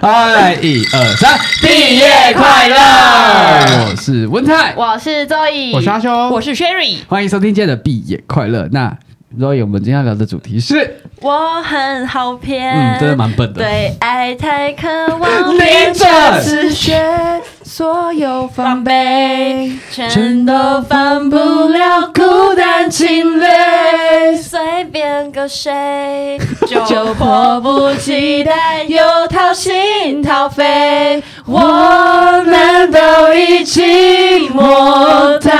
哎，一二三，毕业快乐哎我是文泰，我是周易，我是阿修，我是 Sherry，欢迎收听今天的毕业快乐。那 Roy，我们今天要聊的主题是，我很好骗嗯，真的蛮笨的。呃对爱太渴望，林正，自学所有防备，全都翻不了孤单情泪，随便个谁 就迫不及待又掏心掏肺，我们都已经摸到，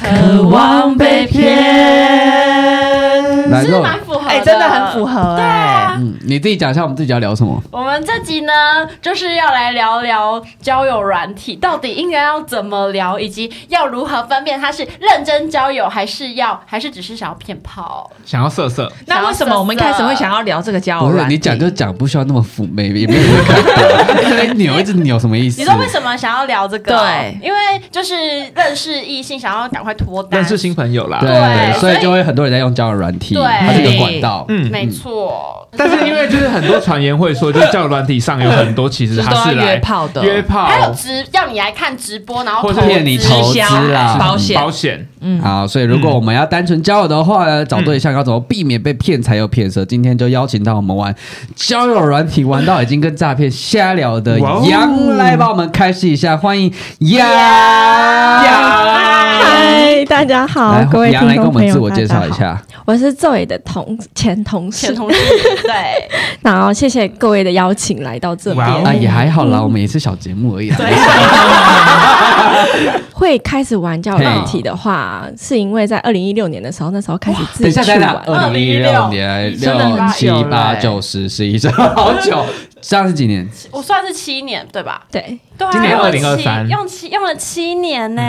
渴望被骗。来是不是 Roy，蛮符合，啊哎、真的很符。合、哎，嗯，你自己讲一下我们自己要聊什么？我们这集呢，就是要来聊聊交友软体到底应该要怎么聊，以及要如何分辨他是认真交友，还是要还是只是想要骗炮。想要色色，那为什么我们一开始会想要聊这个交友不是软体你讲就讲，不需要那么妩媚，也没有人会看到。一直在扭，一直扭，什么意思？你知 道为什么想要聊这个？啊对因为就是认识异性，想要赶快脱单。认识新朋友啦。对，对所所以以就会很多人在用交友软体，对它是一个管道。嗯没错，但是因为就是很多传言会说，就是交友软体上有很多其实就是他都要是来约炮的，约还有炮、直让你来看直播，然后或是投骗你资投资啦，保险保险，嗯，好，啊所以如果我们要单纯交友的话呢，找对象要怎么避免被骗财又骗色？今天就邀请到我们玩交友软体，玩到已经跟诈骗瞎聊的哇哦杨来帮我们开示一下，欢迎杨嗨，大家好来，各位听杨来跟我众朋们友，自我介绍一大家好，下，啊我是作伟的同前同事前，同事，对，然后谢谢各位的邀请来到这哇啊，边，也还好啦，我们也是小节目而已啦。啊会开始玩交友软体的话，是因为在二零一六年的时候，那时候开始自等一己下，去等一下玩，，二零一六年真六的吗七有八嘞九十十一，好 久，这样是几年？我算是七年对吧？对，对啊，今年用七2023用七用了七年呢、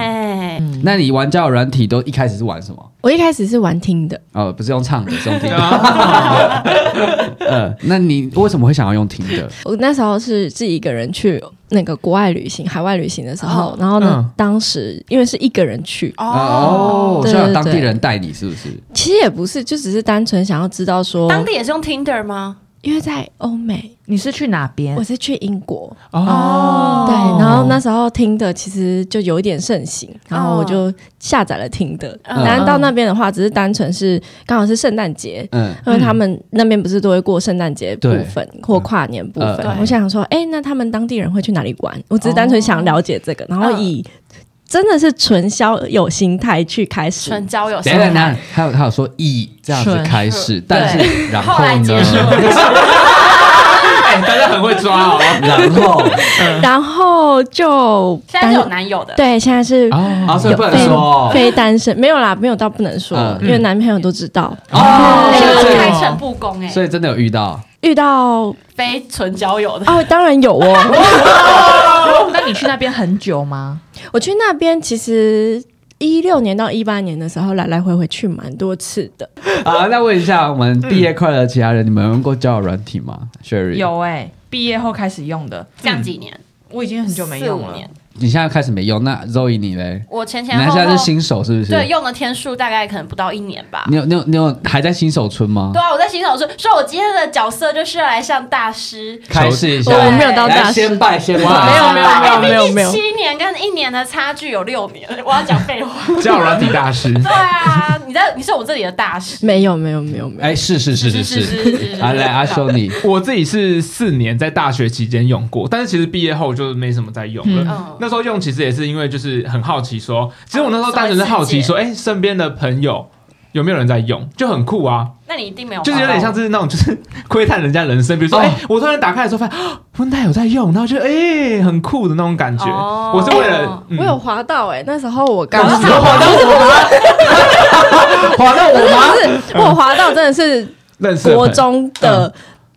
嗯那你玩交友软体都一开始是玩什么？我一开始是玩听的，哦，不是用唱的，是用听 的。啊 呃，那你为什么会想要用听的？我那时候是自己一个人去那个国外旅行、海外旅行的时候哦，然后呢嗯，当时因为是一个人去，哦，对所以有对当地对人带你是不是？其实也不是，就只是单纯想要知道说，当地也是用 Tinder 吗？因为在欧美，你是去哪边我？是去英国，哦，对，然后那时候听的其实就有一点盛行，然后我就下载了听的。哦嗯但是到那边的话，只是单纯是刚好是圣诞节，嗯，因为他们那边不是都会过圣诞节部对分或跨年部分嗯对。我想说，哎，那他们当地人会去哪里玩？我只是单纯想了解这个，哦然后以真的是纯交友心态去开始。纯交友，等一下等一下，还有还有说以这样子纯开始，但对是然后来呢？结束了 哎，大家很会抓哦。 然 后然后就现在是有单男友的，对，现在是啊，哦，所以不能说非单身，没有啦，没有到不能说嗯，因为男朋友都知道。哦，哎，所以这所个以开诚布公哎、所以真的有遇到，遇到非纯交友的， 哦，当然有哦。 那你去那边很久吗？我去那边其实一六年到一八年的时候，来来回回去蛮多次的。好，啊那问一下我们毕业快乐的其他人，你们有用过交友软体吗？Sherry，，有哎、毕业后开始用的，这样几年，我已经很久没用四五了。年你现在开始没用，那 Zoe 你嘞？我前你前后现在是后新手是不是？对用的天数大概可能不到一年吧。你有你有你有还在新手村吗对？啊，我在新手说，说我今天的角色就是要来向大师。开始一下，我没有到大来师先，拜先哇拜，没有没有没有哎没有毕竟没有七年跟一年的差距有六年，我要讲废话。交友软体大师，对啊，你在你是我这里的大师，没有没有没有没有。哎，是是是是是，是啊，来阿修你，我自己是四年在大学期间用过，但是其实毕业后就没什么再用嗯哦了。嗯那时候用其实也是因为就是很好奇说，其实我那时候单纯是什么世界好奇说，哎，身边的朋友有没有人在用，就很酷啊。那你一定没有，就是有点像是那种就是 窥探人家人生，比如说，哦哎、我突然打开的时候发现啊温带有在用，然后就哎、很酷的那种感觉。哦我是为了，嗯我有滑到哎、那时候我刚 你有滑到我吗？ 滑到我吗？不是我滑到真的是认识的国朋友中的嗯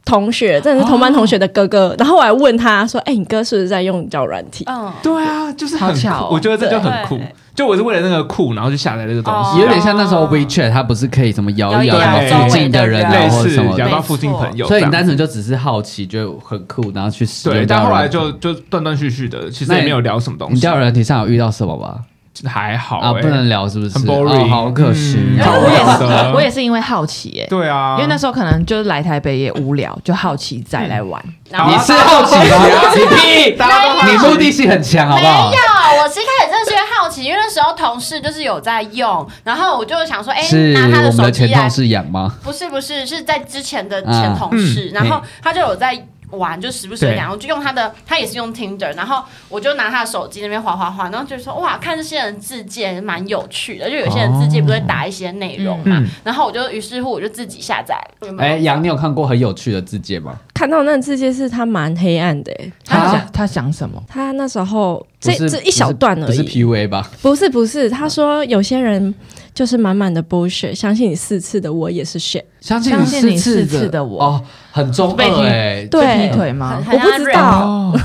同学，真的是同班同学的哥哥。然后我还问他说：“哎、你哥是不是在用交友软体嗯，对啊，就是好很酷，巧哦我觉得这就很酷对。就我是为了那个酷，然后就下载这个东西，哦有点像那时候 WeChat，它不是可以什么摇一摇摇一摇什么附近的人对啊，类或者似什么讲的，到附近朋友这样，所以你单纯就只是好奇，就很酷，然后去使用对，交但友后软来体。就就断断续续的，其实也没有聊什么东你西交。友软体上有遇到什么吧？还好、啊，欸，不能聊是不是？很 boring 哦好可惜嗯。因为好我也好是的，我也是因为好奇哎，对啊，因为 那时候可能就是来台北也无聊，就好奇再来玩。然后你是好奇啊吗？你屁！大家都好奇你目的性很强，好不好没？有，我是一开始真的是因为好奇，因为那时候同事就是有在用，然后我就想说，哎、是拿他我们手的机前来同，事养吗？不是不是，是在之前的啊前同嗯事，然后他就有在。玩就时不时对讲，我就用他的，他也是用 Tinder，然后我就拿他的手机那边滑滑滑，然后就说哇，看这些人字界蛮有趣的，就有些人字界不是会打一些内容嘛，嗯嗯然后我就于是乎我就自己下载，有没有哎，杨，你有看过很有趣的字界吗？看到那个世界是他蛮黑暗的、欸，他啊想他想什么？他那时候这不是这一小段而不是已， PUA 吧？不是不是，他说有些人就是满满的 bullshit，相信你四次的我也是 shit，相信你信你四四次次的的我哦，很中被二哎，劈对，腿嗯吗？我不知道，哦，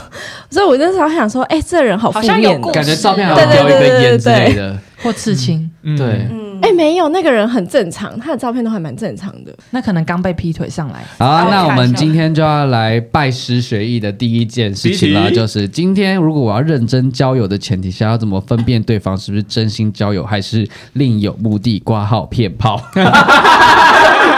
所以我那时候想说，哎、这人好负好像有面故的事，感觉照片还对对有叼对一根对烟对之类的。或刺青？嗯对嗯哎、没有，那个人很正常，他的照片都还蛮正常的。那可能刚被劈腿上来。好、啊好那我看一们下今天就要来拜师学艺的第一件事情了，第一题就是今天如果我要认真交友的前提下，要怎么分辨对方是不是真心交友，还是另有目的挂号骗 炮？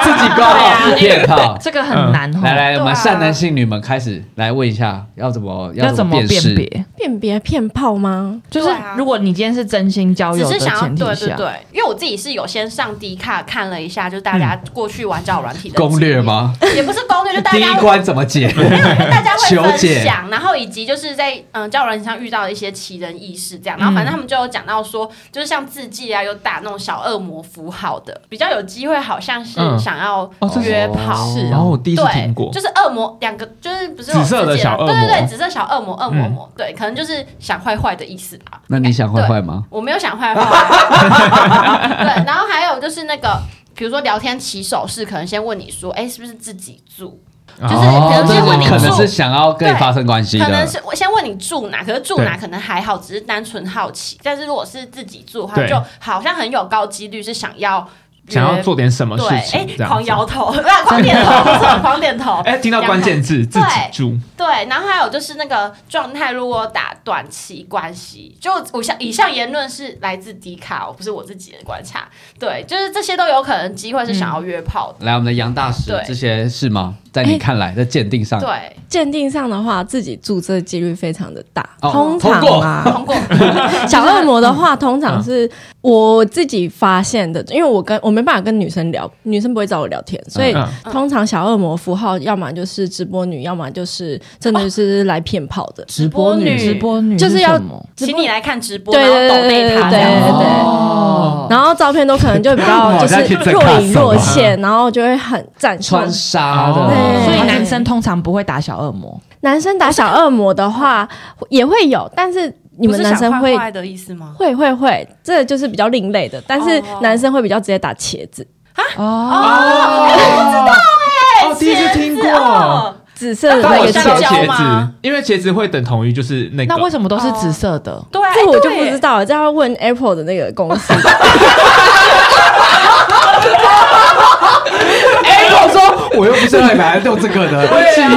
自己挂号骗炮。这个很难嗯哦，来来，我对啊们善男信女们开始来问一下，要怎么要怎么么辨识？别？辨别骗炮吗？就是对啊如果你今天是真心交只友的是想要前对提对下，对，因为我自己是有先上 D 卡看了一下，就大家过去玩交友软体嗯的攻略吗？经历？也不是攻略，就大第一家关怎么解？大家 会分求解享，然后以及就是在嗯交友软体上遇到的一些奇人异事这样，然后反嗯正他们就有讲到说，就是像字迹啊，有打那种小恶魔符号的，比较有机会好像是嗯想要哦这是约炮。是然后我第一次听对，过就，是恶魔两个，就是不是有紫色的字迹小恶魔嗯对对对，紫色小恶魔，恶魔魔，对，可能就是想坏坏的意思吧。那你想坏坏吗？我没有想坏话。 对，然后还有就是那个，比如说聊天起手式，可能先问你说，哎、是不是自己住？就是可能这先问种你可能住哦是想要跟你对发生关系的，可能是我先问你住哪，可是住哪对可能还好，只是单纯好奇。但是如果是自己住的话，对就好像很有高几率是想要想要约做点什么对事，情，这哎，样狂子摇头， 不是狂点头，不是狂点头。 哎，听到关键字自对己住，对，然后还有就是那个状态，如果打短期关系，就我像以上言论是来自迪卡，不是我自己的观察。对，就是这些都有可能机会是想要约炮的。来，我们的杨大使对，这些是吗？在你看来，在鉴定嗯上，对，鉴定上的话，自己住这几率非常的大。哦通常 嗯啊， 通过小恶魔的话，通常是我自己发现的，因为我跟我没办法跟女生聊，女生不会找我聊天，所以嗯通常小恶魔符号要么就是直播女，要么就是真的就是来骗炮的。直播女直播女就是要什么请你来看直播，对然后对抖对内对他对这样子对对。哦，然后照片都可能就比较好就像是去整若隐若卡什么现，然后就会很战术。穿纱哦的，对所以对男生通常不会打小恶魔，男生打小恶魔的话也会有，但是你不们是男想生坏会坏的意思吗？会会会，这就是比较另类的，但是哦男生会比较直接打茄子，哦，哦，我不知道哎，第一次听过，哦，紫色的但那我个知香道茄子。蕉茄吗子，因为茄子会等同于就是那那为个，什么都是紫色的？对，哎这我就不对知道了，这要问 Apple 的那个公 司。哎，我说我又不是来买来弄这个的，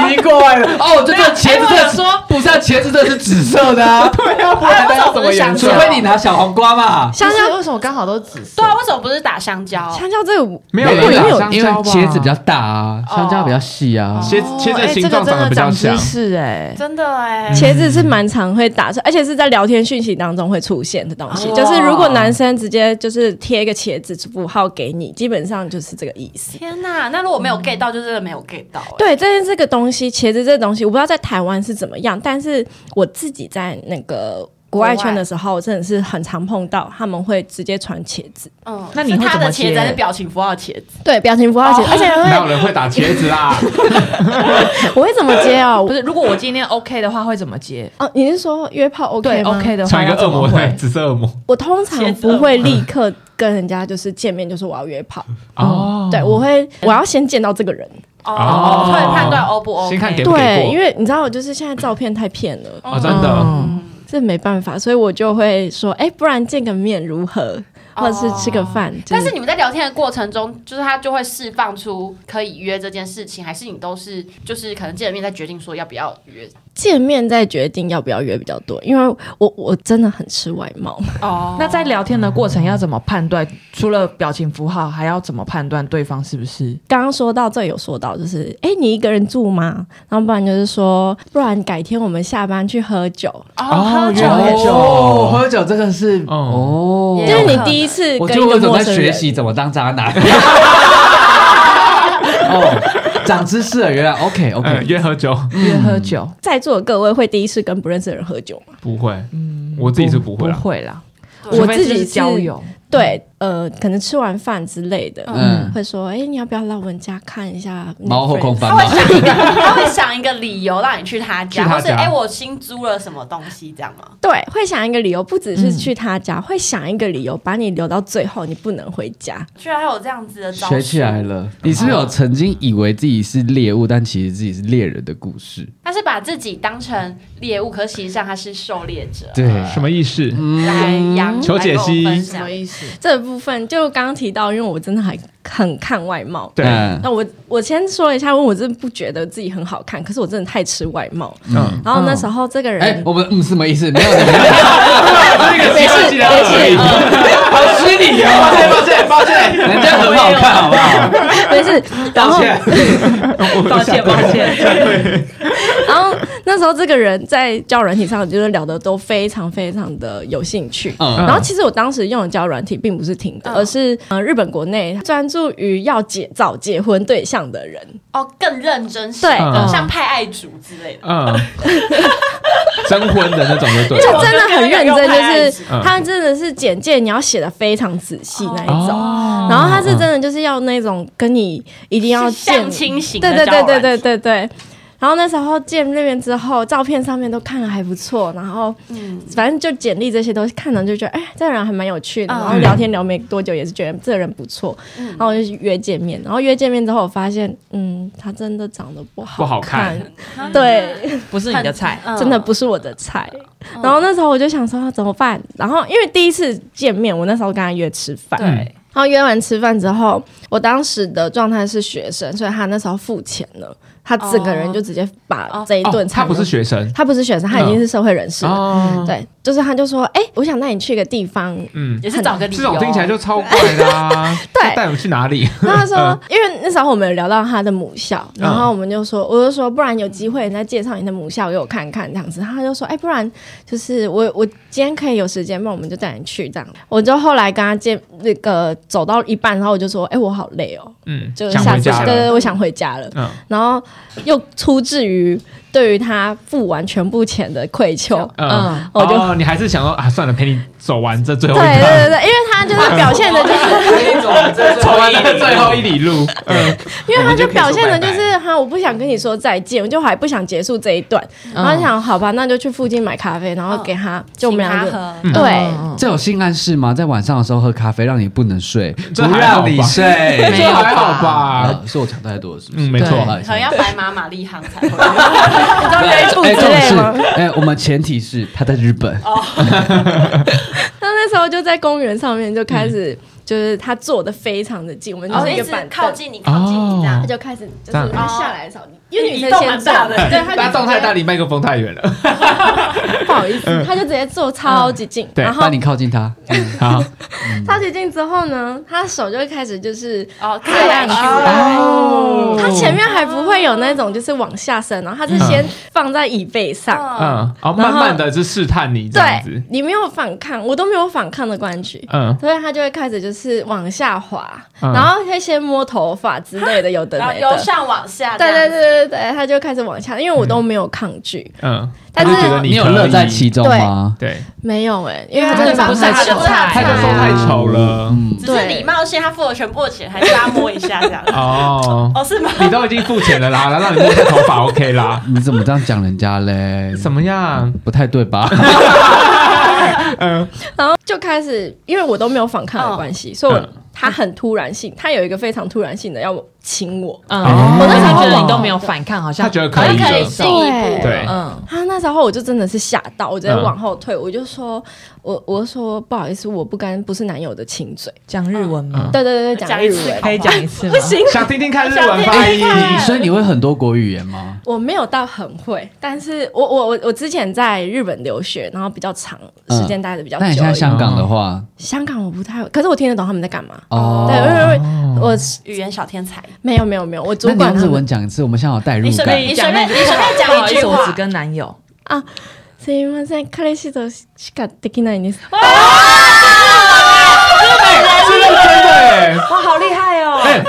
奇怪了。哦，这个茄子特说不是啊，茄子特是 紫色的啊，对啊，不然为什么不是香除蕉？非你拿小黄瓜嘛。香不是蕉，为什么刚好都是紫色对？啊，为什么不是打香蕉？香蕉这个没有我人以为打有香因为蕉吧？茄子比较大啊，哦香蕉比较细啊。茄子哎茄子的哎形状长得比较像，是哎，真的哎，茄子是蛮常会打出，而且是在聊天讯息当中会出现的东西。哇就是如果男生直接就是贴一个茄子符号给你，基本上就是这个意思。天哪！那如果没有 get 到，就真的没有 get 到。哎，对，这这个东西，茄子这个东西，我不知道在台湾是怎么样，但是我自己在那个国外圈的时候，真的是很常碰到他们会直接传茄子，嗯，那你是会他怎么的茄接子还是表情符号的茄子？对，表情符号茄子，而 且哪有会人会打茄子啊啦？我会怎么接 哦不？是，如果我今天 OK 的话，会怎么接？哦，你是说约炮 OK 对吗，OK 的话像一个要恶怎么魔，对，回？紫色恶魔。我通常茄子不会立刻跟人家就是见面，就是我要约炮。哦，对，我会我要先见到这个人，哦，会判断 O 不哦 O？先看给不给对，过因为你知道，我就是现在照片太骗了，哦，真的，嗯这没办法，所以我就会说，哎，不然见个面如何，或者哦是吃个饭。就但是你们在聊天的过程中，就是他就会释放出可以约这件事情，还是你都是就是可能见了面再决定说要不要约？见面再决定要不要约比较多，因为我我真的很吃外貌。哦那在聊天的过程要怎么判断？除了表情符号，还要怎么判断对方是不是？刚刚说到这有说到，就是哎，诶你一个人住吗？然后不然就是说，不然改天我们下班去喝酒，哦，原来喝酒哦，喝酒这个是哦，哦，就是你第一次我跟就一个我总陌在生学人。习怎么当渣 男。哦，长知识了，原来 OK 呃 OK，约喝酒约喝酒，在座的各位会第一次跟不认识的人喝酒吗？不会，我自己是不会啦不。会啦，我自除非己是是交友，对，呃，可能吃完饭之类的，嗯，会说，哎、你要不要来我们家看一下？猫后空。翻 他嘛会，想一个，他会想一个理由让你去他家，去他或是家哎、我新租了什么东西这样吗？对，会想一个理由，不只嗯是去他家，会想一个理由把你留到最后，你不能回家。居然还有这样子的招学数，起来嗯了。你是不是有曾经以为自己是猎物，但其实自己是猎人的故事？他是把自己当成猎物，可实际上他是狩猎者。对，什么意思？嗯来养，求解析来跟我分享意思？这部分就刚刚提到，因为我真的还很看外貌。对，嗯那我我先说一下，因为我真的不觉得自己很好看，可是我真的太吃外貌。嗯，然后那时候这个人，哎，我们嗯什么意思？没有， 没有，哎这个没事没事没事，好失礼哦，抱歉抱歉， 人家很好看，好不好？哎没事，然后 抱歉抱歉，然后那时候这个人在交友软体上，就是聊的都非常非常的有兴趣。嗯然后其实我当时用的交友软体并不是听的，嗯而是呃日本国内专注于要结找结婚对象的人。哦，更认真型对的嗯像派爱主之类的。嗯， 征婚的那种就 对就了。真的很认我觉得那个真，用就是嗯他真的是简介你要写的非常仔细那一种，哦然后他是真的就是要那种跟你一定要是相见，亲型对的对交对友对软对件，对对。然后那时候见面之后，照片上面都看了还不错，然后嗯，反正就简历这些东西看了就觉得，哎，这个人还蛮有趣嗯的。然后聊天聊没多久，也是觉得这个人不错，嗯然后我就去约见面。然后约见面之后，我发现，嗯，他真的长得不好不好看看，对，不是你 的菜，嗯真的不是我的菜。然后那时候我就想说啊怎么办？然后因为第一次见面，我那时候跟他约吃饭，然对，后约完吃饭之后，我当时的状态是学生，所以他那时候付钱了，他整个人就直接把这一哦顿他餐、不是，学生他不是学生，他已经是社会人士了。哦，对，就是他就说，哎、我想带你去个地方。嗯，也是找个理这由。种听起来就超怪的啊。 对带我们去哪里？ 然后他说，因为那时候我们有聊到他的母校，然后我嗯们就说，我就说，不然有机会你再介绍你的母校给我看看这样子。他就说，哎、不然就是我我今天可以有时间吗？我们就带你去这样。我就后来跟他见那个走到一半，然后我就说，哎、我好累哦，嗯，就是想下回次家对对，了。我想回家了。嗯，然后又出自于对于他付完全部钱的愧疚。嗯，我就哦，你还是想说啊，算了，陪你走完这最对后一对趟，对对，因为他就是表现的就是。 走完这最后一里路，嗯， 因为他就表现的就是哈，我不想跟你说再见，我就还不想结束这一段，然后想好吧，那就去附近买咖啡，然后给他，就我们两请个他喝，嗯对，这有性暗示吗？在晚上的时候喝咖啡，让你不能睡，不这还好吧让你睡，这还好吧？啊，是我想太多了，是不是？嗯没错对可能要白马马丽行才 会。就哎，追这步之种类是吗？哎，我们前提是他在日本，哦那那时候就在公园上面就开始，就是他坐的非常的近，我们就然后是一一个直板凳哦靠，近你，靠近你这哦样他。就开始就这样是他下来的时候，因为女你生动先蛮坐大的，对，他就拉动直接太大，离麦克风太远了。不好意思，他就直接坐超级近，对然后那你靠近他，好，超级近之后呢，他手就会开始就是哦，这样子哦它前面还不会有那种就是往下伸，然后它是先放在椅背上，嗯，嗯，哦，慢慢的就试探你这样对子，你没有反抗，我都没有反抗的感觉。嗯，所以它就会开始就是往下滑，嗯然后会先摸头发之类的，有的然后没由的。上往下这对样子，对对对对，它就开始往下，因为我都没有抗拒，嗯，但他是就觉得你有可以乐在其中吗？对，没有哎、因因为为它它真真的的不不是太他的丑菜他就说啊太丑了，嗯，只是礼貌性，他付了全部的钱，还是他摸一下这样。哦，哦，是吗？你都已经付钱了啦，那让你摸一下头发 OK 啦，你怎么这样讲人家嘞？怎么样？不太对 吧？ 然后就开始，因为我都没有反抗的关系，所以我嗯他很突然性，他有一个非常突然性的要亲我，嗯，哦我那时候觉得你都没有反抗，好像他觉得好可像以可了以进一步，对嗯，他啊那时候我就真的是吓到，我直接嗯往后退，我就说，我我就说不好意思，我不甘不是男友的亲嘴。讲日文嗯嗯吗？对对对对，讲讲一日次文可可以讲一次吗？不行，想听听看日文发音，所以你会很多国语言吗？我没有到很会，但是我我我我之前在日本留学，然后比较长时间待的比较久嗯那而你已。现在香港的话，香港我不太会，可是我听得懂他们在干嘛。哦对，，因为我语言小天才，没有没有没有，我主那你管啊用他日们文讲一次，我们现在有代入你随感便。你随便你随便不讲好一意句思，我话只，跟男友。すいません、彼氏としかできないんです。这是真的哎，哇，好厉害哦！哎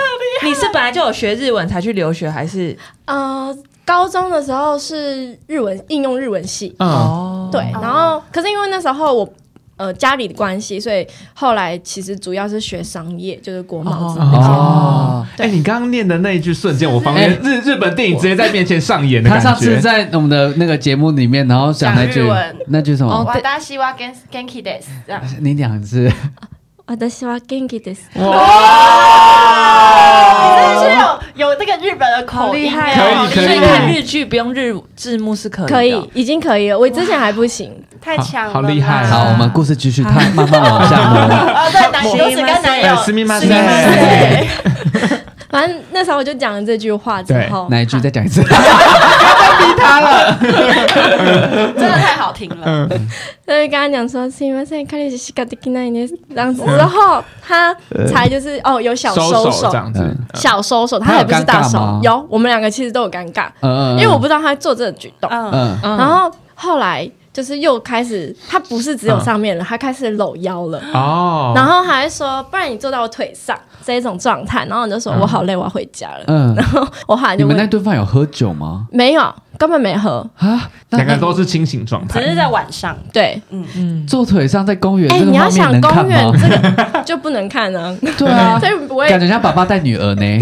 你是本来就有学日文才去留学，还是呃，高中的时候是日文应用日文系，嗯，哦？对，然后可是因为那时候我呃家里的关系，所以后来其实主要是学商业，就是国贸之类的。哦，哎，你刚刚念的那一句瞬间，我方面哎日日本电影直接在面前上演的他感上次觉。在我们的那个节目里面，然后讲那句讲日文那句什么？哦哇达西哇 gan ganki des 这样，你两次，哦私は元気です。真的是有有那个日本的口音，哦可以可所以以看日剧不用日字幕是哦可以的可以，已经可以了。我之前还 不行，太强了，好好厉啊害好，我们故事继续，他慢慢往 下摸。啊，对，男友只跟男哎，友，斯密马斯密马塞， 反正那时候我就讲了这句话之后，哪一句再讲一 次？哦真的太好听了，所以跟他讲说すいません、彼氏しかできないんです。这样子之后，他才就是哦有小收收手这样子，小收手，他他有也不是大尴尬手吗，有我们两个其实都有尴尬，嗯因为我不知道他做这个举动。嗯，嗯，嗯然后后来就是又开始，他不是只有上面了，他开始搂腰了，哦，然后还说不然你坐到我腿上这一种状态，然后你就说我好累，我要回家了。嗯，我后来你就们那问，顿饭有喝酒吗？没有，根本没喝，啊，那两个人都是清醒状态只，是在晚上，对，嗯，坐腿上在公园哎、这个你要方面想能看公园 吗？这个就不能看啊，对啊所，以不会，感觉像爸爸带女儿 呢，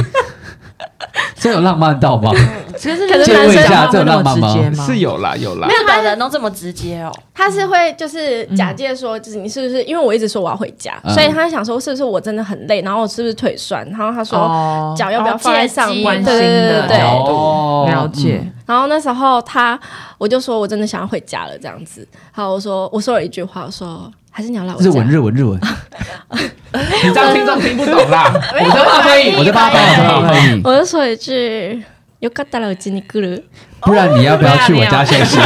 这有浪漫到吗？其实可是男生男生讲话会会那那么么直接直接吗吗？是有啦有啦，日本人都这么直接哦，他是会就是假借说，就是你是不是？因为我一直说我要回家，嗯所以他想说是不是我真的很累，然后我是不是腿酸？然后他说哦脚要不要哦放在借上机面？关对对心对的对对，角哦了解，然后那时候他，我就说我真的想要回家了，这样子。好，我说我说了一句话，我说还是你要来我嗯日家。文，日文，日文，你这样听众听不懂啦，我在发飞我在帮他翻译，我在帮他翻译，我就说了一句。よかったらうちに来る。 不然你要不要去我家休息？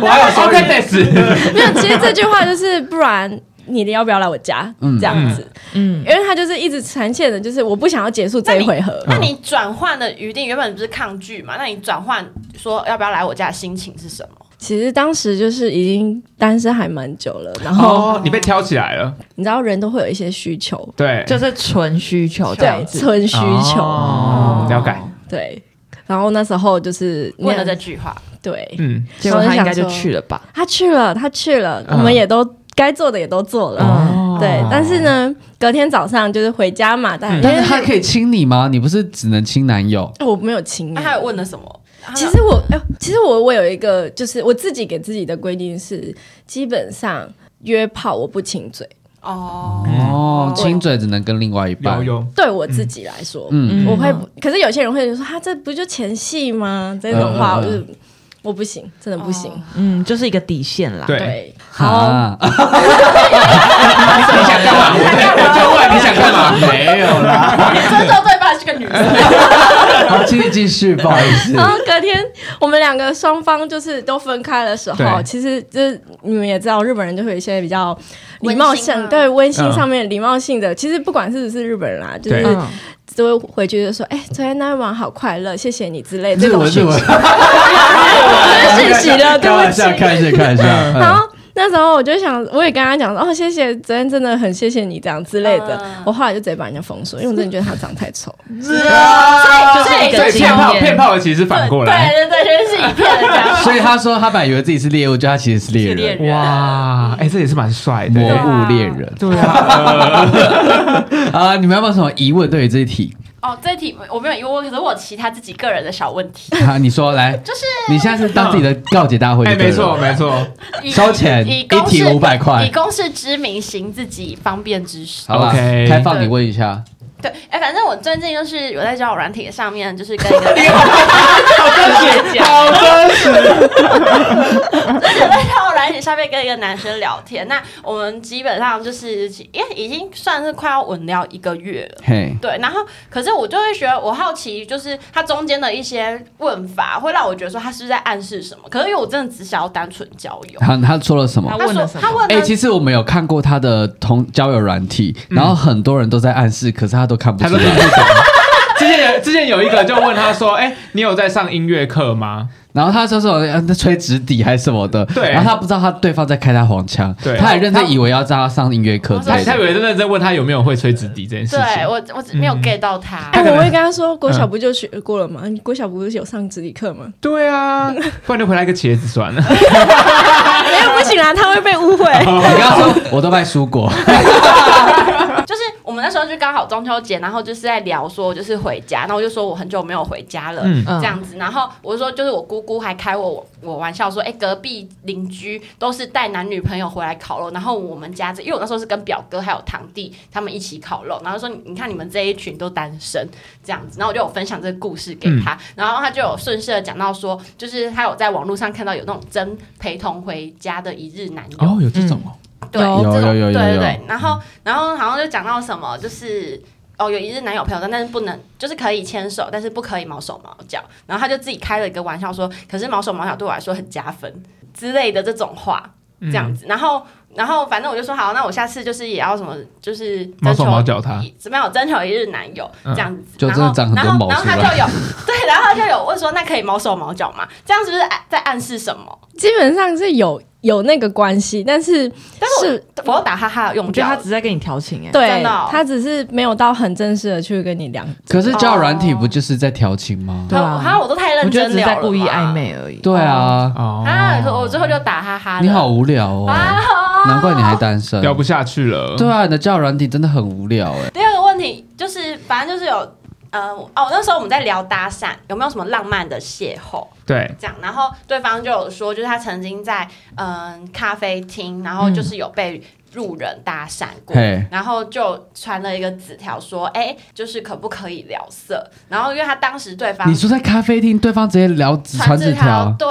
我还有 s o c r a t 没有，其实这句话就是，不然你要不要来我家？嗯这样子，嗯因为他就是一直呈现的，就是我不想要结束这一回合。那你嗯转换的余地原本不是抗拒嘛？那你转换说要不要来我家的心情是什么？其实当时就是已经单身还蛮久了，然后哦，你被挑起来了，你知道人都会有一些需求，对，就是纯需求这对样，子。纯需求，哦，了解，对。然后那时候就是问了那这样句话，对，嗯，结果他应该所以就我想说去了吧？他去了，他去了，啊嗯我们也都该做的也都做了，哦嗯，哦对。但是呢，隔天早上就是回家嘛，但哦但是他可以亲你吗？你不是只能亲男友？我没有亲那他有欸。问了什么？其实我，哎呦其实我我有一个，就是我自己给自己的规定是，基本上约炮我不亲嘴，哦，嗯哦，亲嘴只能跟另外一半有。有，对我自己来说，嗯，我会不。可是有些人会说，他这不就前戏吗？这种话，嗯嗯嗯我就我不行，真哦的不行。哦嗯，就是一个底线啦。对，对，好，啊， 你想干嘛？我就问你想干嘛？没有啦，哦你尊重对方是个女生，好，继续继续，不好意思。然后隔天我们两个双方就是都分开的时候，对其实就是你们也知道，日本人就会有一些比较礼貌性，温馨啊对温馨上面礼貌性的。其实不管是不是日本人啦，就是对嗯，都会回去就说：“哎，昨天那一晚好快乐，谢谢你之类的 这日种文，日讯文息，，这是讯息了，对开玩不笑，起。”开玩笑，开玩笑。然嗯后那时候我就想，我也跟他讲说，哦，谢谢，昨天真的很谢谢你这样之类的。嗯我后来就直接把人家封锁，因为我真的觉得他长得太丑。就是一所个以骗炮骗炮的其实反过来，对对对，就是以骗人家。 所以他说他本来以为自己是猎物，就他其实是猎人，哇，哎，这也是蛮帅的，魔物猎人。对啊，啊，你们有没有什么疑问对于这一题？ 哦，这一题我没有疑问，可是我有其他自己个人的小问题，啊，你说来，就是你现在是当自己的告解大会就哎，对了，没错没错，以收钱以公一题示500块以公示之名行自己方便之事。好吧 OK 开放你问一下，对，哎，反正我最近就是有在交友软体上面，就是 跟一个好真实，好真实。 就是在跳软体上面跟一个男生聊天。那我们基本上就是，因为已经算是快要稳聊一个月了。嘿，对，然后可是我就会觉得，我好奇，就是他中间的一些问法，会让我觉得说他是不是在暗示什么？可是因为我真的只想要单纯交友。他他说了什么他？他问说了什他么？问哎、了其实我们有看过他的同交友软体，然后很多人都在暗示，可是他都看不他出说来。之前有之前有一个就问他说：“哎、你有在上音乐课吗然后他说什么呃那吹纸笛还是什么的，对然后他不知道他对方在开他黄腔，对他还认真以为要叫他上音乐课？”之他类他以的。为认真问他有没有会吹纸笛这件事对情。我我没有 get 到他。哎，我会跟他说，国小不就学过了吗？你国小不是有上直理课吗？对啊，不然就回来一个茄子算了。没有，不行啦，他会被误会。你刚刚说我都卖蔬果，就是我们那时候就刚好中秋节，然后就是在聊说就是回家，然后我就说我很久没有回家了，嗯这样子。然后我就说就是我姑姑还开我我玩笑说，哎、隔壁邻居都是带男女朋友回来烤肉，然后我们家这，因为我那时候是跟表哥还有堂弟他们一起烤肉，然后说你你看你们这一群都单身这样子，然后我就有分享这个故事给他，然后他就有顺势的讲到说，就是他有在网络上看到有那种真陪同回家的一日男友，哦，有这种哦，对，有这种有有有对对有对。然后然后好像就讲到什么，就是哦，有一日男友朋友，但是不能，就是可以牵手，但是不可以毛手毛脚。然后他就自己开了一个玩笑说，可是毛手毛脚对我来说很加分之类的这种话，这样嗯子。然后然后反正我就说好，那我下次就是也要什么，就是毛征手求毛脚他一，怎么样？我征求一日男友嗯这样子，就然真的后长很多然后毛然后出他就来有对，然后他就有问说，那可以毛手毛脚吗？这样是不是在暗示什么？基本上是有有那个关系，但是但是是我又打哈哈用 我觉掉得了，他只是在跟你调情哎、对真的哦啊他只是没有到很正式的去跟你聊。可是交友软体不就是在调情吗？对啊哈，我都太认我觉得真只是了在嘛，故意暧昧而已。对啊，哦啊！我最后就打哈哈了。你好无聊哦，难怪你还单身。聊不下去了。对啊，你的交友软体真的很无聊哎。第二个问题就是，反正就是有，呃，哦，那时候我们在聊搭讪，有没有什么浪漫的邂逅？对这样，然后对方就有说，就是他曾经在嗯、咖啡厅，然后就是有被路人搭讪过，嘿然后就传了一个纸条说，哎，就是可不可以聊色？然后因为他当时对方你说在咖啡厅，对方直接聊纸传传纸条，对，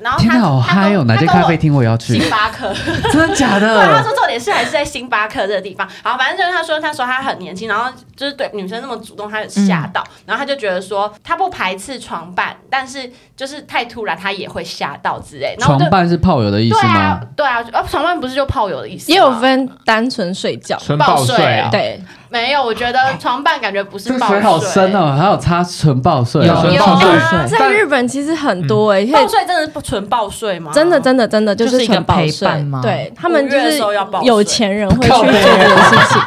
然后天他哪，好嗨哦！哪间咖啡？厅我也要他 跟去我星？巴克。真的假嗯对，啊他的？说重点是还是在星巴克这个地方。好，反正就是他说，他说他很年轻，然后就是对女生那么主动，他有嗯吓到，然后他就觉得说他不排斥床伴，但是就是太突然，他也会吓到之类。然后床我就伴是炮友的意思对吗啊？，对啊，啊床伴不是就炮友的意思吗？也有分单纯睡觉，纯爆爆睡睡啊，对，没有？我觉得床伴感觉不是这爆水好深啊。哦，还有擦唇爆睡有哦，纯有爆睡。啊嗯在日本其实很多哎、欸，可以爆睡真的是纯爆睡吗？真的真的真的就就是一个纯报陪税伴吗对他们就五月的是时候要报税有钱人会去做这件事 情，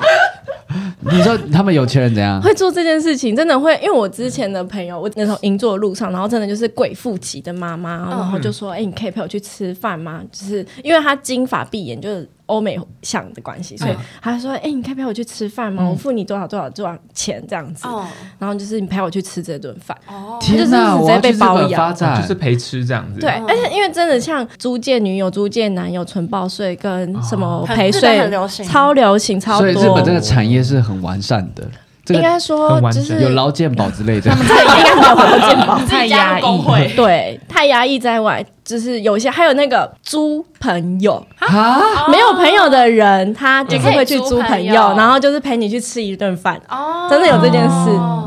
你说他们有钱人怎样？会做这件事情真的会，因为我之前的朋友，我那时候银座的路上，然后真的就是贵妇级的妈妈，然后嗯就说：“哎、你可以陪我去吃饭吗？”就是因为她金发碧眼，就是欧美想的关系，嗯所以她说：“哎、你可以陪我去吃饭吗？我付你多少多少多少钱这样子。哦然后就是你陪我去吃这顿饭。哦，天哪， 就是直接我要去被日包本养发展，哦就是陪吃这样子。对，而且因为真的像租借女友、租借男友、纯报税跟什么陪很日睡，哦本很流行超流行，超所多。以日本这个产业是很完善的，这应个该说很完就整是有劳健保之类的。这个应该没有很多健保。自己加入工 会，对，太压抑在外，就是有一些还有那个租朋友，啊，没有朋友的人，他就是会哦去也可以租租朋朋友友，然后就是陪你去吃一顿饭，哦，真的有这件事哦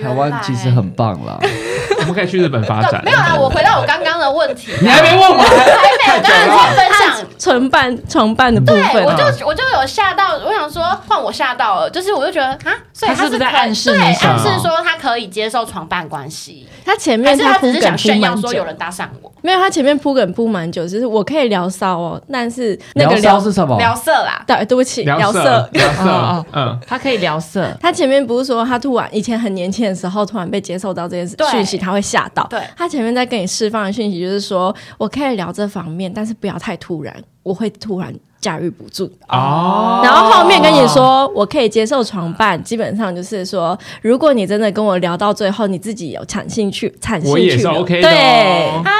台湾其实很欸棒啦。我们可以去日本发 展。没有啦，我回到我刚刚的问题， 你还没问我，还没有跟人分享。纯伴床伴的部对，我分。啊就我就有吓到，我想说换我吓到了，就是我就觉得啊，所以他是不是是在可暗示对，你什么暗示说他可以接受床伴关系，他前还面是他铺只是想梗铺炫耀蛮说有久，人搭讪我没有他前面铺梗铺蛮久，就是我可以聊骚哦，但是 那聊个骚是什么？聊色啦？对，对不起，聊色色。，聊哦色，嗯，他可以聊色，他前面不是说他突然以前很年轻的时候突然被接受到这件事对讯息，他会吓到。对他前面在跟你释放的讯息就是说，我可以聊这方面，但是不要太突然，我会突然驾驭不住。哦，然后后面跟你说，我可以接受床伴，基本上就是说，如果你真的跟我聊到最后，你自己有产兴趣，产兴我也趣是了， OK 的对哦，啊，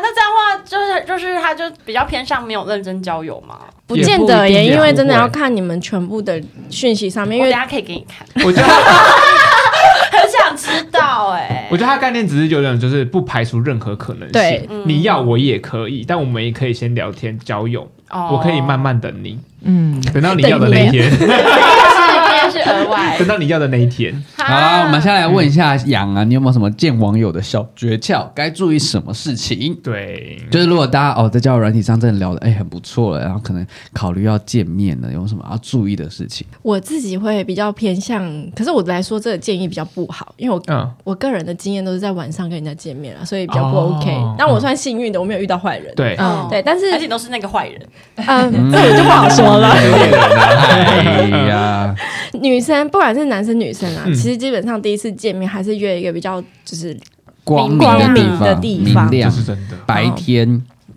那这样的话就是就是他就比较偏向没有认真交友嘛。不也见不得一定耶，也因为真的不会要看你们全部的讯息上面，因我为等下可以给你看， 我觉得很想知道 哎、我觉得他概念只是有点就是不排除任何可能对性，你要我也可以，但我们也可以先聊天交友，哦我可以慢慢等你，嗯，等到你要的那一天，慢，是今天是额 外等。到你要的那一天。好啦，我们先来问一下杨啊，你有没有什么见网友的小诀窍？该注意什么事情？对，就是如果大家哦在交友软体上真的聊的哎、很不错了，然后可能考虑要见面了，有什么要注意的事情？我自己会比较偏向，可是我来说这个建议比较不好，因为我嗯，我个人的经验都是在晚上跟人家见面啊了，所以比较不哦 OK。但我算幸运的，我没有遇到坏人。对，嗯对，但是哦而且都是那个坏人， 哦嗯，这我就不好说了。哎呀，女生不管是男生女生啊，嗯其实基本上第一次见面还是约一个比较就是光明光地明方，的地方明哦这亮，是真的。白天。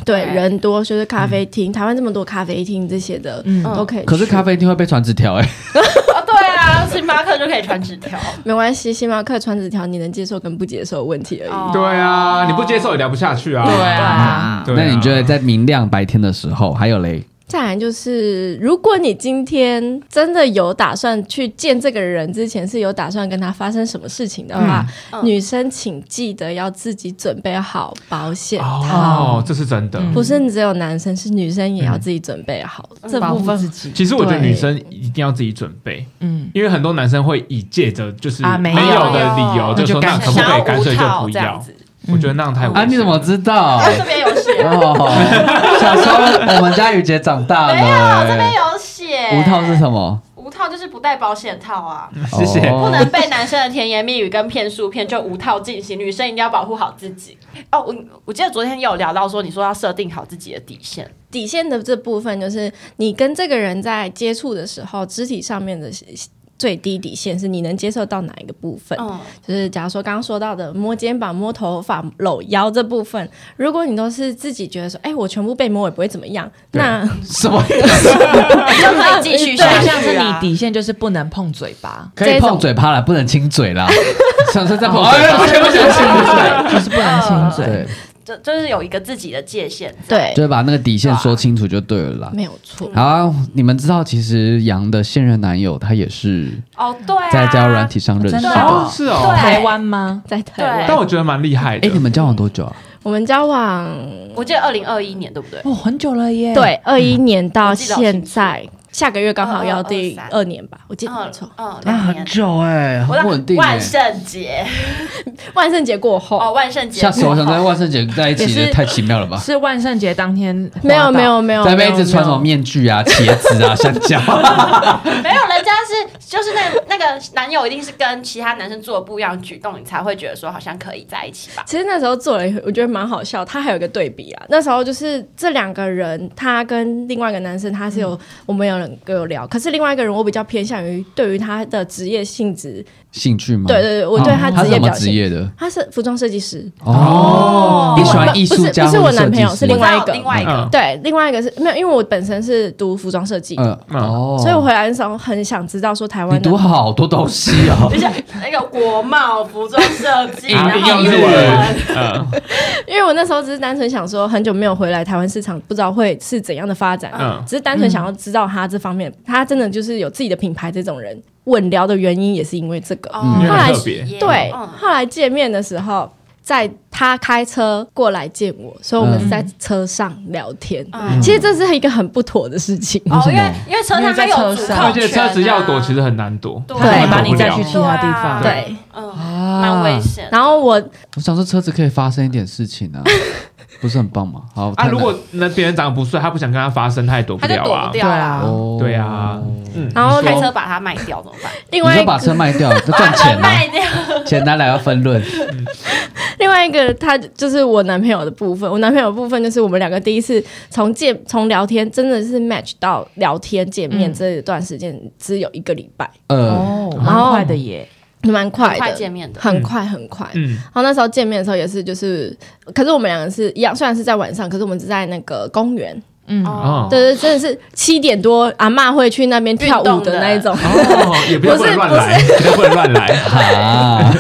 对对人多，就是咖啡厅，台湾这么多咖啡厅这些的，嗯都可以去。可是咖啡厅会被传纸条哎，哦，对啊，星巴克就可以传纸条，没关系，星巴克传纸条你能接受跟不接受的问题而已。哦对啊，你不接受也聊不下去啊。对啊，对啊那你觉得在明亮白天的时候，还有嘞？再来就是，如果你今天真的有打算去见这个人之前是有打算跟他发生什么事情的话，嗯嗯女生请记得要自己准备好保险套，哦，这是真的。不是只有男生，是女生也要自己准备好、嗯这保部护自分。己，其实我觉得对女生一定要自己准备，嗯，因为很多男生会以借着就是啊没没有哦的有哦理由，那就就说干那可不想可以要干无脆就套不这样要子？。我觉得那样太危啊，险你怎么知道？这边有写，哦，小时候我们家雨姐长大没有，这了边欸。有写。无套是什么？无套就是不戴保险套啊，谢谢哦不能被男生的甜言蜜语跟骗术骗，就无套进行。女生一定要保护好自己。哦，我我记得昨天有聊到说，你说要设定好自己的底线。底线的这部分就是，你跟这个人在接触的时候，肢体上面的最低底线是你能接受到哪一个部分。嗯，就是假如说刚刚说到的摸肩膀、摸头发、搂腰这部分，如果你都是自己觉得说，哎、我全部被摸也不会怎么样，那什么？ 就可以继续下就去、啊。像是你底线就是不能碰嘴巴，可以碰嘴巴了，不能亲嘴 啦。想说再碰嘴哎，巴不，行不行不行！就是不能亲嘴。对，啊就就是有一个自己的界限。对，就是把那个底线说清楚就对了啦。 没有错。好啊、你们知道，其实杨的现任男友他也是哦，对啊，在交友软体上认识真的。的哎、哦，是哦对。台湾吗？在台湾，但我觉得蛮厉哎害的。嗯你们交往多久啊？我们交往我记得二零二一年对不对？哦，很久了耶。嗯对二一年到我记得好现在，下个月刚好要第2223二年吧，我记得没嗯错。嗯，两年。久哎、我很在稳定、欸万。圣节万圣节过后，哦，万圣节吓死我！我想在万圣节在一起，也是这太奇妙了吧？是万圣节当天花到。没有没有没有，在那没边有一直穿什么？面具 啊、茄子啊、香蕉啊、没有，人家是就是那那个男友一定是跟其他男生做的不一样的举动，你才会觉得说好像可以在一起吧？其实那时候做了一个，我觉得蛮好笑。他还有一个对比啊，那时候就是这两个人，他跟另外一个男生，他是有、嗯我们有人跟我聊，可是另外一个人我比较偏向于对于他的职业性质，兴趣吗？啊对对对，我对他嗯哦他职是业什么表职现。业的？他是服装设计师，哦，你喜欢艺不术是家不是或我者男朋友设计师是另外一个另外一个，哦嗯对，另外一个是没有，因为我本身是读服装设计，嗯哦，所以我回来的时候很想知道说台你湾的读好多东西啊 哦就。是那个国贸、服装设 计，一然定要后日英文文，，嗯因为我那时候只是单纯想说，很久没有回来台湾市场，不知道会是怎样的发展，嗯只是单纯想要知道他这方面，他真的就是有自己的品牌这种人。稳聊的原因也是因为这个，哦因为后来很特别。对，嗯后来见面的时候，在他开车过来见我，所以我们是在车上聊天。嗯其实这是一个很不妥的事情，哦，为什么因为因为车上还有主控权啊而且车子要躲，其实很难躲，对他根本把躲不你再了去。其他地方。对啊对。嗯，蛮啊危险。然后我我想说车子可以发生一点事情啊，不是很棒吗？好啊，太难如果那别人长得不帅，他不想跟他发生，他也躲不他就了躲啊不。掉对啊，啊，哦对啊，嗯，然后你开说车把它卖掉怎么办？另你外就一个把车卖掉，就赚钱 啊卖，掉，钱拿来要分论。另外一个，他就是我男朋友的部分。我男朋友的部分就是我们两个第一次从见从聊天，真的是 match 到聊天见面嗯这一段时间，只有一个礼拜，啊 呃，哦，蛮快的耶。蛮快快的，见面的，很快很快。嗯，然后那时候见面的时候也是，就是，可是我们两个是一样，虽然是在晚上，可是我们是在那个公园，嗯，哦，对对，真的是七点多，阿嬷会去那边跳舞的那一种，哦，也不要不能乱来，绝对不能乱来。啊，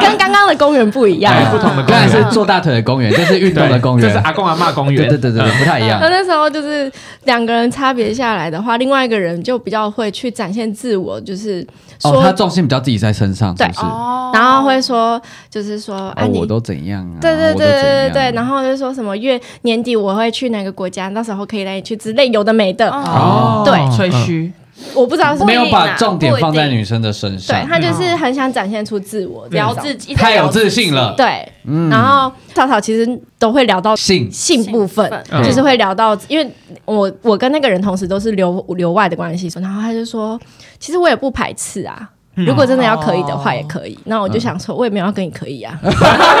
跟刚刚样的公园不一样对啊。不同的公刚才园是坐大腿的公园，这是运动对的公园，这是阿公阿嬷公园，对对对对对，嗯不太一 样那。那时候就是两个人差别下来的话，另外一个人就比较会去展现自我，就是说，哦，他重心比较自己在身上，是对不是？哦，然后会说，就是说，啊，你我都怎样啊？对对我对都怎对对样对，然后就说什么月年底我会去哪个国家，到时候可以带你去之类，有的没的，哦，对吹嘘，我不知道是没有不一定把啊重点放在不一定女生的身上对，他就是很想展现出自我，聊自己，一直太有聊自信了对，嗯然后草草其实都会聊到性性部分，嗯就是会聊到，因为我我跟那个人同时都是留留外的关系，然后他就说，其实我也不排斥啊。如果真的要可以的话，也可以。那我就想说，我也没有要跟你可以啊。嗯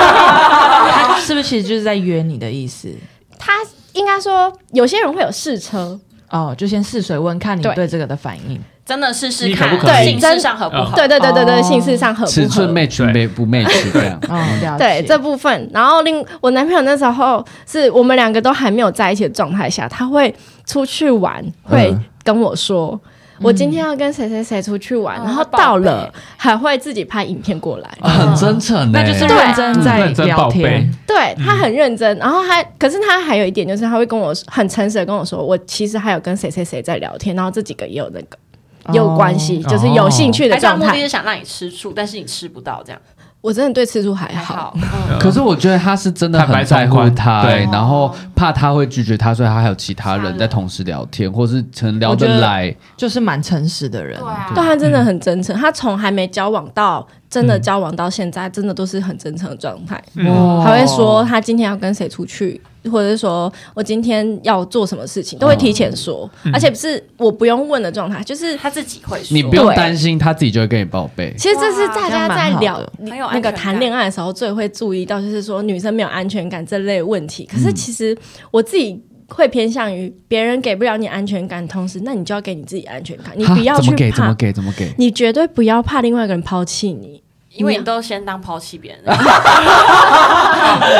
他是不是其实就是在约你的意思？他应该说，有些人会有试车，哦，就先试水温，看你对对这个的反应。真的试试你看可嗯不可，以性对质上合不合？对对对对对，哦性事上合不合？尺寸 match 没不 match 这样。哦，嗯了解。对这部分，然后另我男朋友那时候是我们两个都还没有在一起的状态下，他会出去玩，会嗯跟我说。我今天要跟谁谁谁出去玩，哦然后到了还会自己拍影片过来，哦啊很真诚呢、那就是对认真在嗯认真聊报备天，对他很认真。然后他，可是他还有一点就是，他会跟我很诚实的跟我说，我其实还有跟谁谁谁在聊天，然后这几个也有那个哦也有关系，就是有兴趣哦的还是他状目的态是。想让你吃醋，但是你吃不到，这样我真的对吃醋还还哎好，好。嗯可是我觉得他是真的很在乎他、坦白从宽对然后怕他会拒绝他，所以他还有其他其他哦人人在同时聊天，或是可能聊我觉得得来。就是蛮诚实的人对。啊，嗯对他真的很真诚，他从还没交往到真的交往到现在，真的都是很真诚的状态。嗯嗯哦他会说他今天要跟谁出去，或者是说我今天要做什么事情，都会提前说，嗯而且不是我不用问的状态，就是他自己会说，你不用对担心，他自己就会跟你报备。其实这是大家在聊哇这样蛮好的你很有安那全个感谈恋爱的时候最会注意到，就是说女生没有安全感这类问题。嗯可是其实我自己。会偏向于别人给不了你安全感，同时，那你就要给你自己安全感，你哈不要啊怎去么给怎么怕，给怎么给，你绝对不要怕另外一个人抛弃你，因为你都先当抛弃 别人的，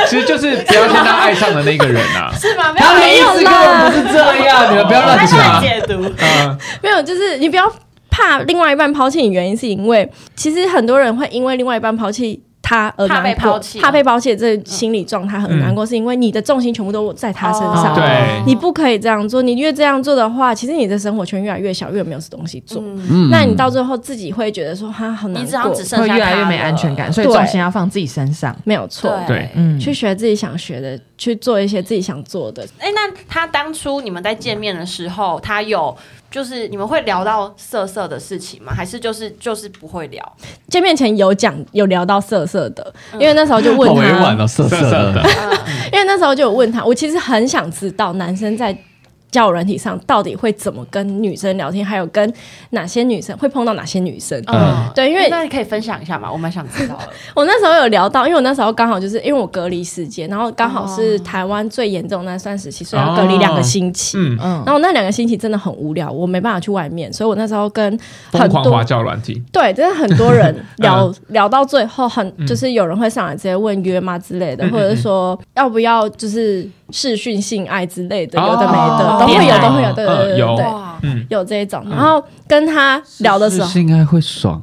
其实就是不要先当爱上的那个人 啊。是吗？没他的没意有思根本啦不是这样，你们不要乱乱讲。解读。嗯，没有，就是你不要怕另外一半抛弃你，原因是因为其实很多人会因为另外一半抛弃他而怕难过被抛弃怕被抛弃的这心理状态很难过，是因为你的重心全部都在他身哦上。对嗯你不可以这样做，你越这样做的话，其实你的生活圈越来越小，越没有东西做。嗯那你到最后自己会觉得说，哈，好难你只好像过只，剩会下越来越他没了安全感，所以对重心要放自己身上。没有错。对嗯，去学自己想学的，去做一些自己想做的。哎、那他当初你们在见面的时候，他有就是你们会聊到色色的事情吗？还是就是就是不会聊？见面前有讲有聊到色色的，因为那时候就问好他，委婉哦，色色色色的的。因为那时候就有问他，我其实很想知道男生在交友软体上到底会怎么跟女生聊天，还有跟哪些女生会碰到哪些女生。嗯对，因为哎那你可以分享一下嘛，我蛮想知道的。我那时候有聊到，因为我那时候刚好就是因为我隔离时间，然后刚好是台湾最严重的那段时期，所以要隔离两个星期。哦嗯，嗯然后那两个星期真的很无聊，我没办法去外面，所以我那时候跟疯很狂多花教软体，对，真的很 多人嗯聊、聊到最后很，就是有人会上来直接问约吗之类的，嗯嗯或者是说要不要就是视讯性爱之类的，哦有的没的，都会有，都会有，对对对嗯对有对，哇，嗯，有这一种。然后跟他聊的时是候，性爱会爽，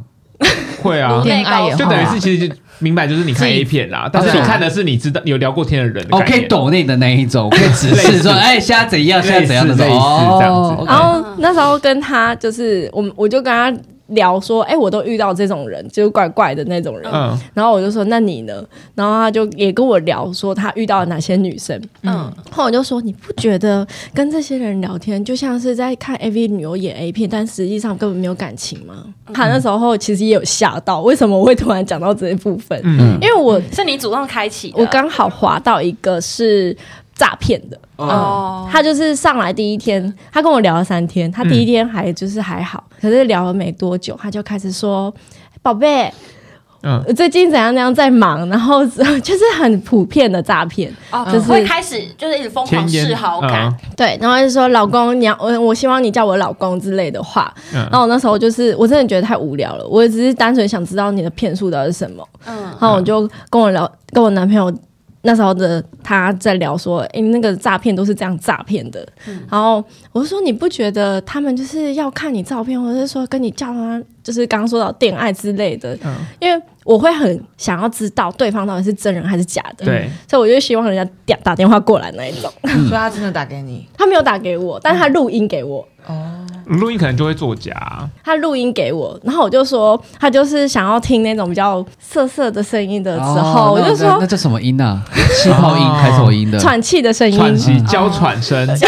会啊，恋爱也就等于是会其实就明白就是你看 A 片啦，但哦是啊你看的是你知道有聊过天的人的哦，概可以念，抖内的那一种，可以指类 示似说，哎，现在怎样，现在怎样的类似类似哦这样子，OK 然后嗯那时候跟他就是我们，我就跟他聊说，哎、我都遇到这种人，就是怪怪的那种人。嗯，然后我就说，那你呢？然后他就也跟我聊说他遇到了哪些女生。嗯，后来我就说，你不觉得跟这些人聊天就像是在看 AV 女优演 A 片，但实际上根本没有感情吗？他那时候其实也有吓到，为什么我会突然讲到这一部分？嗯因为我是你主动开启的。我刚好滑到一个是诈骗的，哦，他就是上来第一天，他跟我聊了三天，他第一天还就是还好，可是聊了没多久，他就开始说：“宝贝，嗯我最近怎样怎样在忙。”然后 就是很普遍的诈骗，哦，就是会开始就是一直疯狂天烟示好嗯感，对，然后就说：“老公，你要我，我希望你叫我老公之类的话。”嗯然后我那时候就是我真的觉得太无聊了，我只是单纯想知道你的骗术到底是什么。嗯，然后我就跟我聊，跟我男朋友那时候的他在聊说，哎、那个诈骗都是这样诈骗的。嗯然后我就说，你不觉得他们嗯啊就是要看你照片，或者是说跟你叫他，就是刚刚说到恋爱之类的？因为我会很想要知道对方到底是真人还是假的，对，所以我就希望人家打打电话过来那一种。所以他真的打给你，他没有打给我，但他录音给我，录音可能就会作假，他录音给我，然后我就说他就是想要听那种比较涩涩的声音的时候，哦我那就那说那叫什么音啊？ 气泡音还是什么音的？喘气的声音，喘息、娇喘声、嗯娇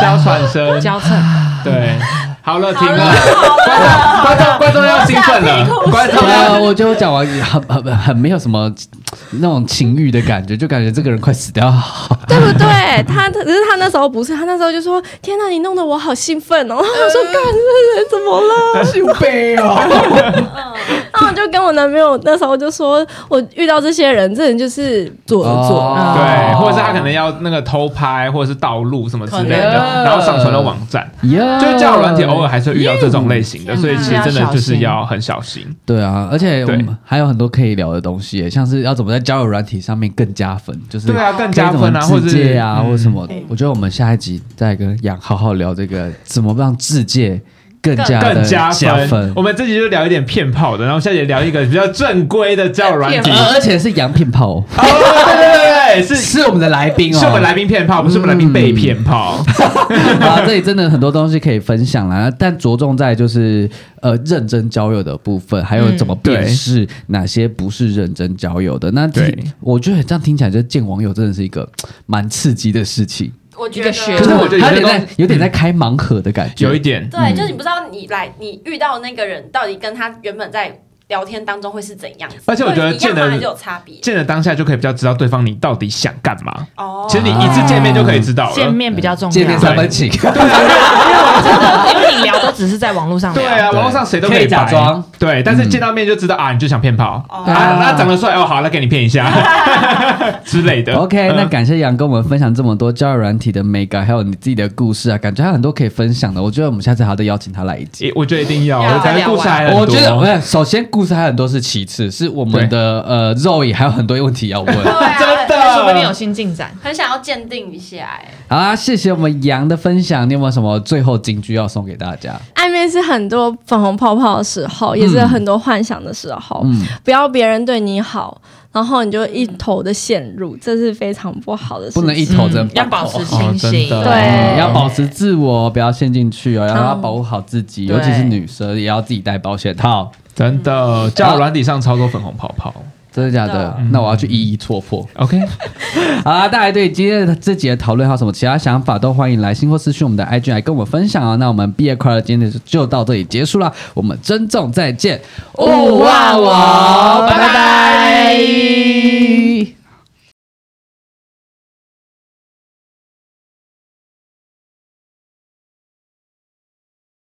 娇喘声，交衬，对。好了，停嗯了，观众观众观众要兴奋了，观众要呃，我觉得我讲完很很很没有什么那种情欲的感觉，就感觉这个人快死掉了。对不对？他可是他那时候不是，他那时候就说：“天哪，你弄得我好兴奋哦！” 然后我说：“干，这人怎么了就悲哦。 然后我就跟我男朋友那时候就说：“我遇到这些人，这人就是左哦左。嗯哦对，或者是他可能要那个偷拍，或者是盗录什么之类可能的，然后上传到网站。 Yeah 就是交友软嗯体偶尔还是会遇到这种类嗯型的，所以其实真的要小就是心要很小心。对啊，而且我对们还有很多可以聊的东西耶，像是要怎么在交友软体上面更加分，就是对啊，更加分啊，或者自是介啊，嗯或什么的。我觉得我们下一集再跟杨好好聊这个怎么让自介更加的更加分分。我。们这集就聊一点骗炮的，然后下集聊一个比较正规的交友软体。呃而而且是洋骗炮，哦，对对对对，是是我们的来宾哦，是我们来宾骗炮，不是我们来宾被骗炮。 啊，这里真的很多东西可以分享啦，但着重在就是呃认真交友的部分，还有怎么辨识哪些不是认真交友的。那听对我觉得这样听起来，就见网友真的是一个蛮刺激的事情，我觉一得个学可是我觉得有嗯他些有点东西在有点在开盲盒的感觉，有一点，对，就是你不知道你来你遇到那个人到底跟他原本在聊天当中会是怎样子，而且我觉得会一样见吗得还是有差别见了当下就可以比较知道对方你到底想干嘛。哦。其实你一次见面就可以知道见了。面比较重要。见面三分情， 因为你聊都只是在网络上聊。对啊，哦对网络上谁都可以以假掰装，对，但是嗯见到面就知道啊，你就想骗炮哦啊，那长得帅哦，好，那给你骗 一下之类的。 OK，嗯那感谢杨跟我们分享这么多交友软体的美感，还有你自己的故事啊，感觉还有很多可以分享的。我觉得我们下次还要再邀请他来一集。诶我觉得一定要，要我感觉故事还很多。啊我觉得，我看首先故事还有很多是其次，是我们的呃肉也还有很多问题要 问。对啊真的，说不定有新进展。很想要鉴定一下哎、好啦，谢谢我们杨的分享，你有没有什么最后金句要送给大家？暧昧是很多粉红泡泡的时候，也是很多幻想的时候。嗯，不要别人对你好，然后你就一头的陷入，这是非常不好的事情。不能一头真、嗯要保持清醒哦真的对嗯要保持自我，不要陷进去哦，然后要保护好自己，对尤其是女生也要自己戴保险套。真嗯的，交友软体上超多粉红泡泡。真的假的？啊那我要去一一戳破。 OK，好啦，大家对今天的这集的讨论还有什么其他想法，都欢迎来信或私讯我们的 IG 来跟我们分享哦。那我们毕业快乐，今天就到这里结束了，我们珍重再见，勿忘我拜拜拜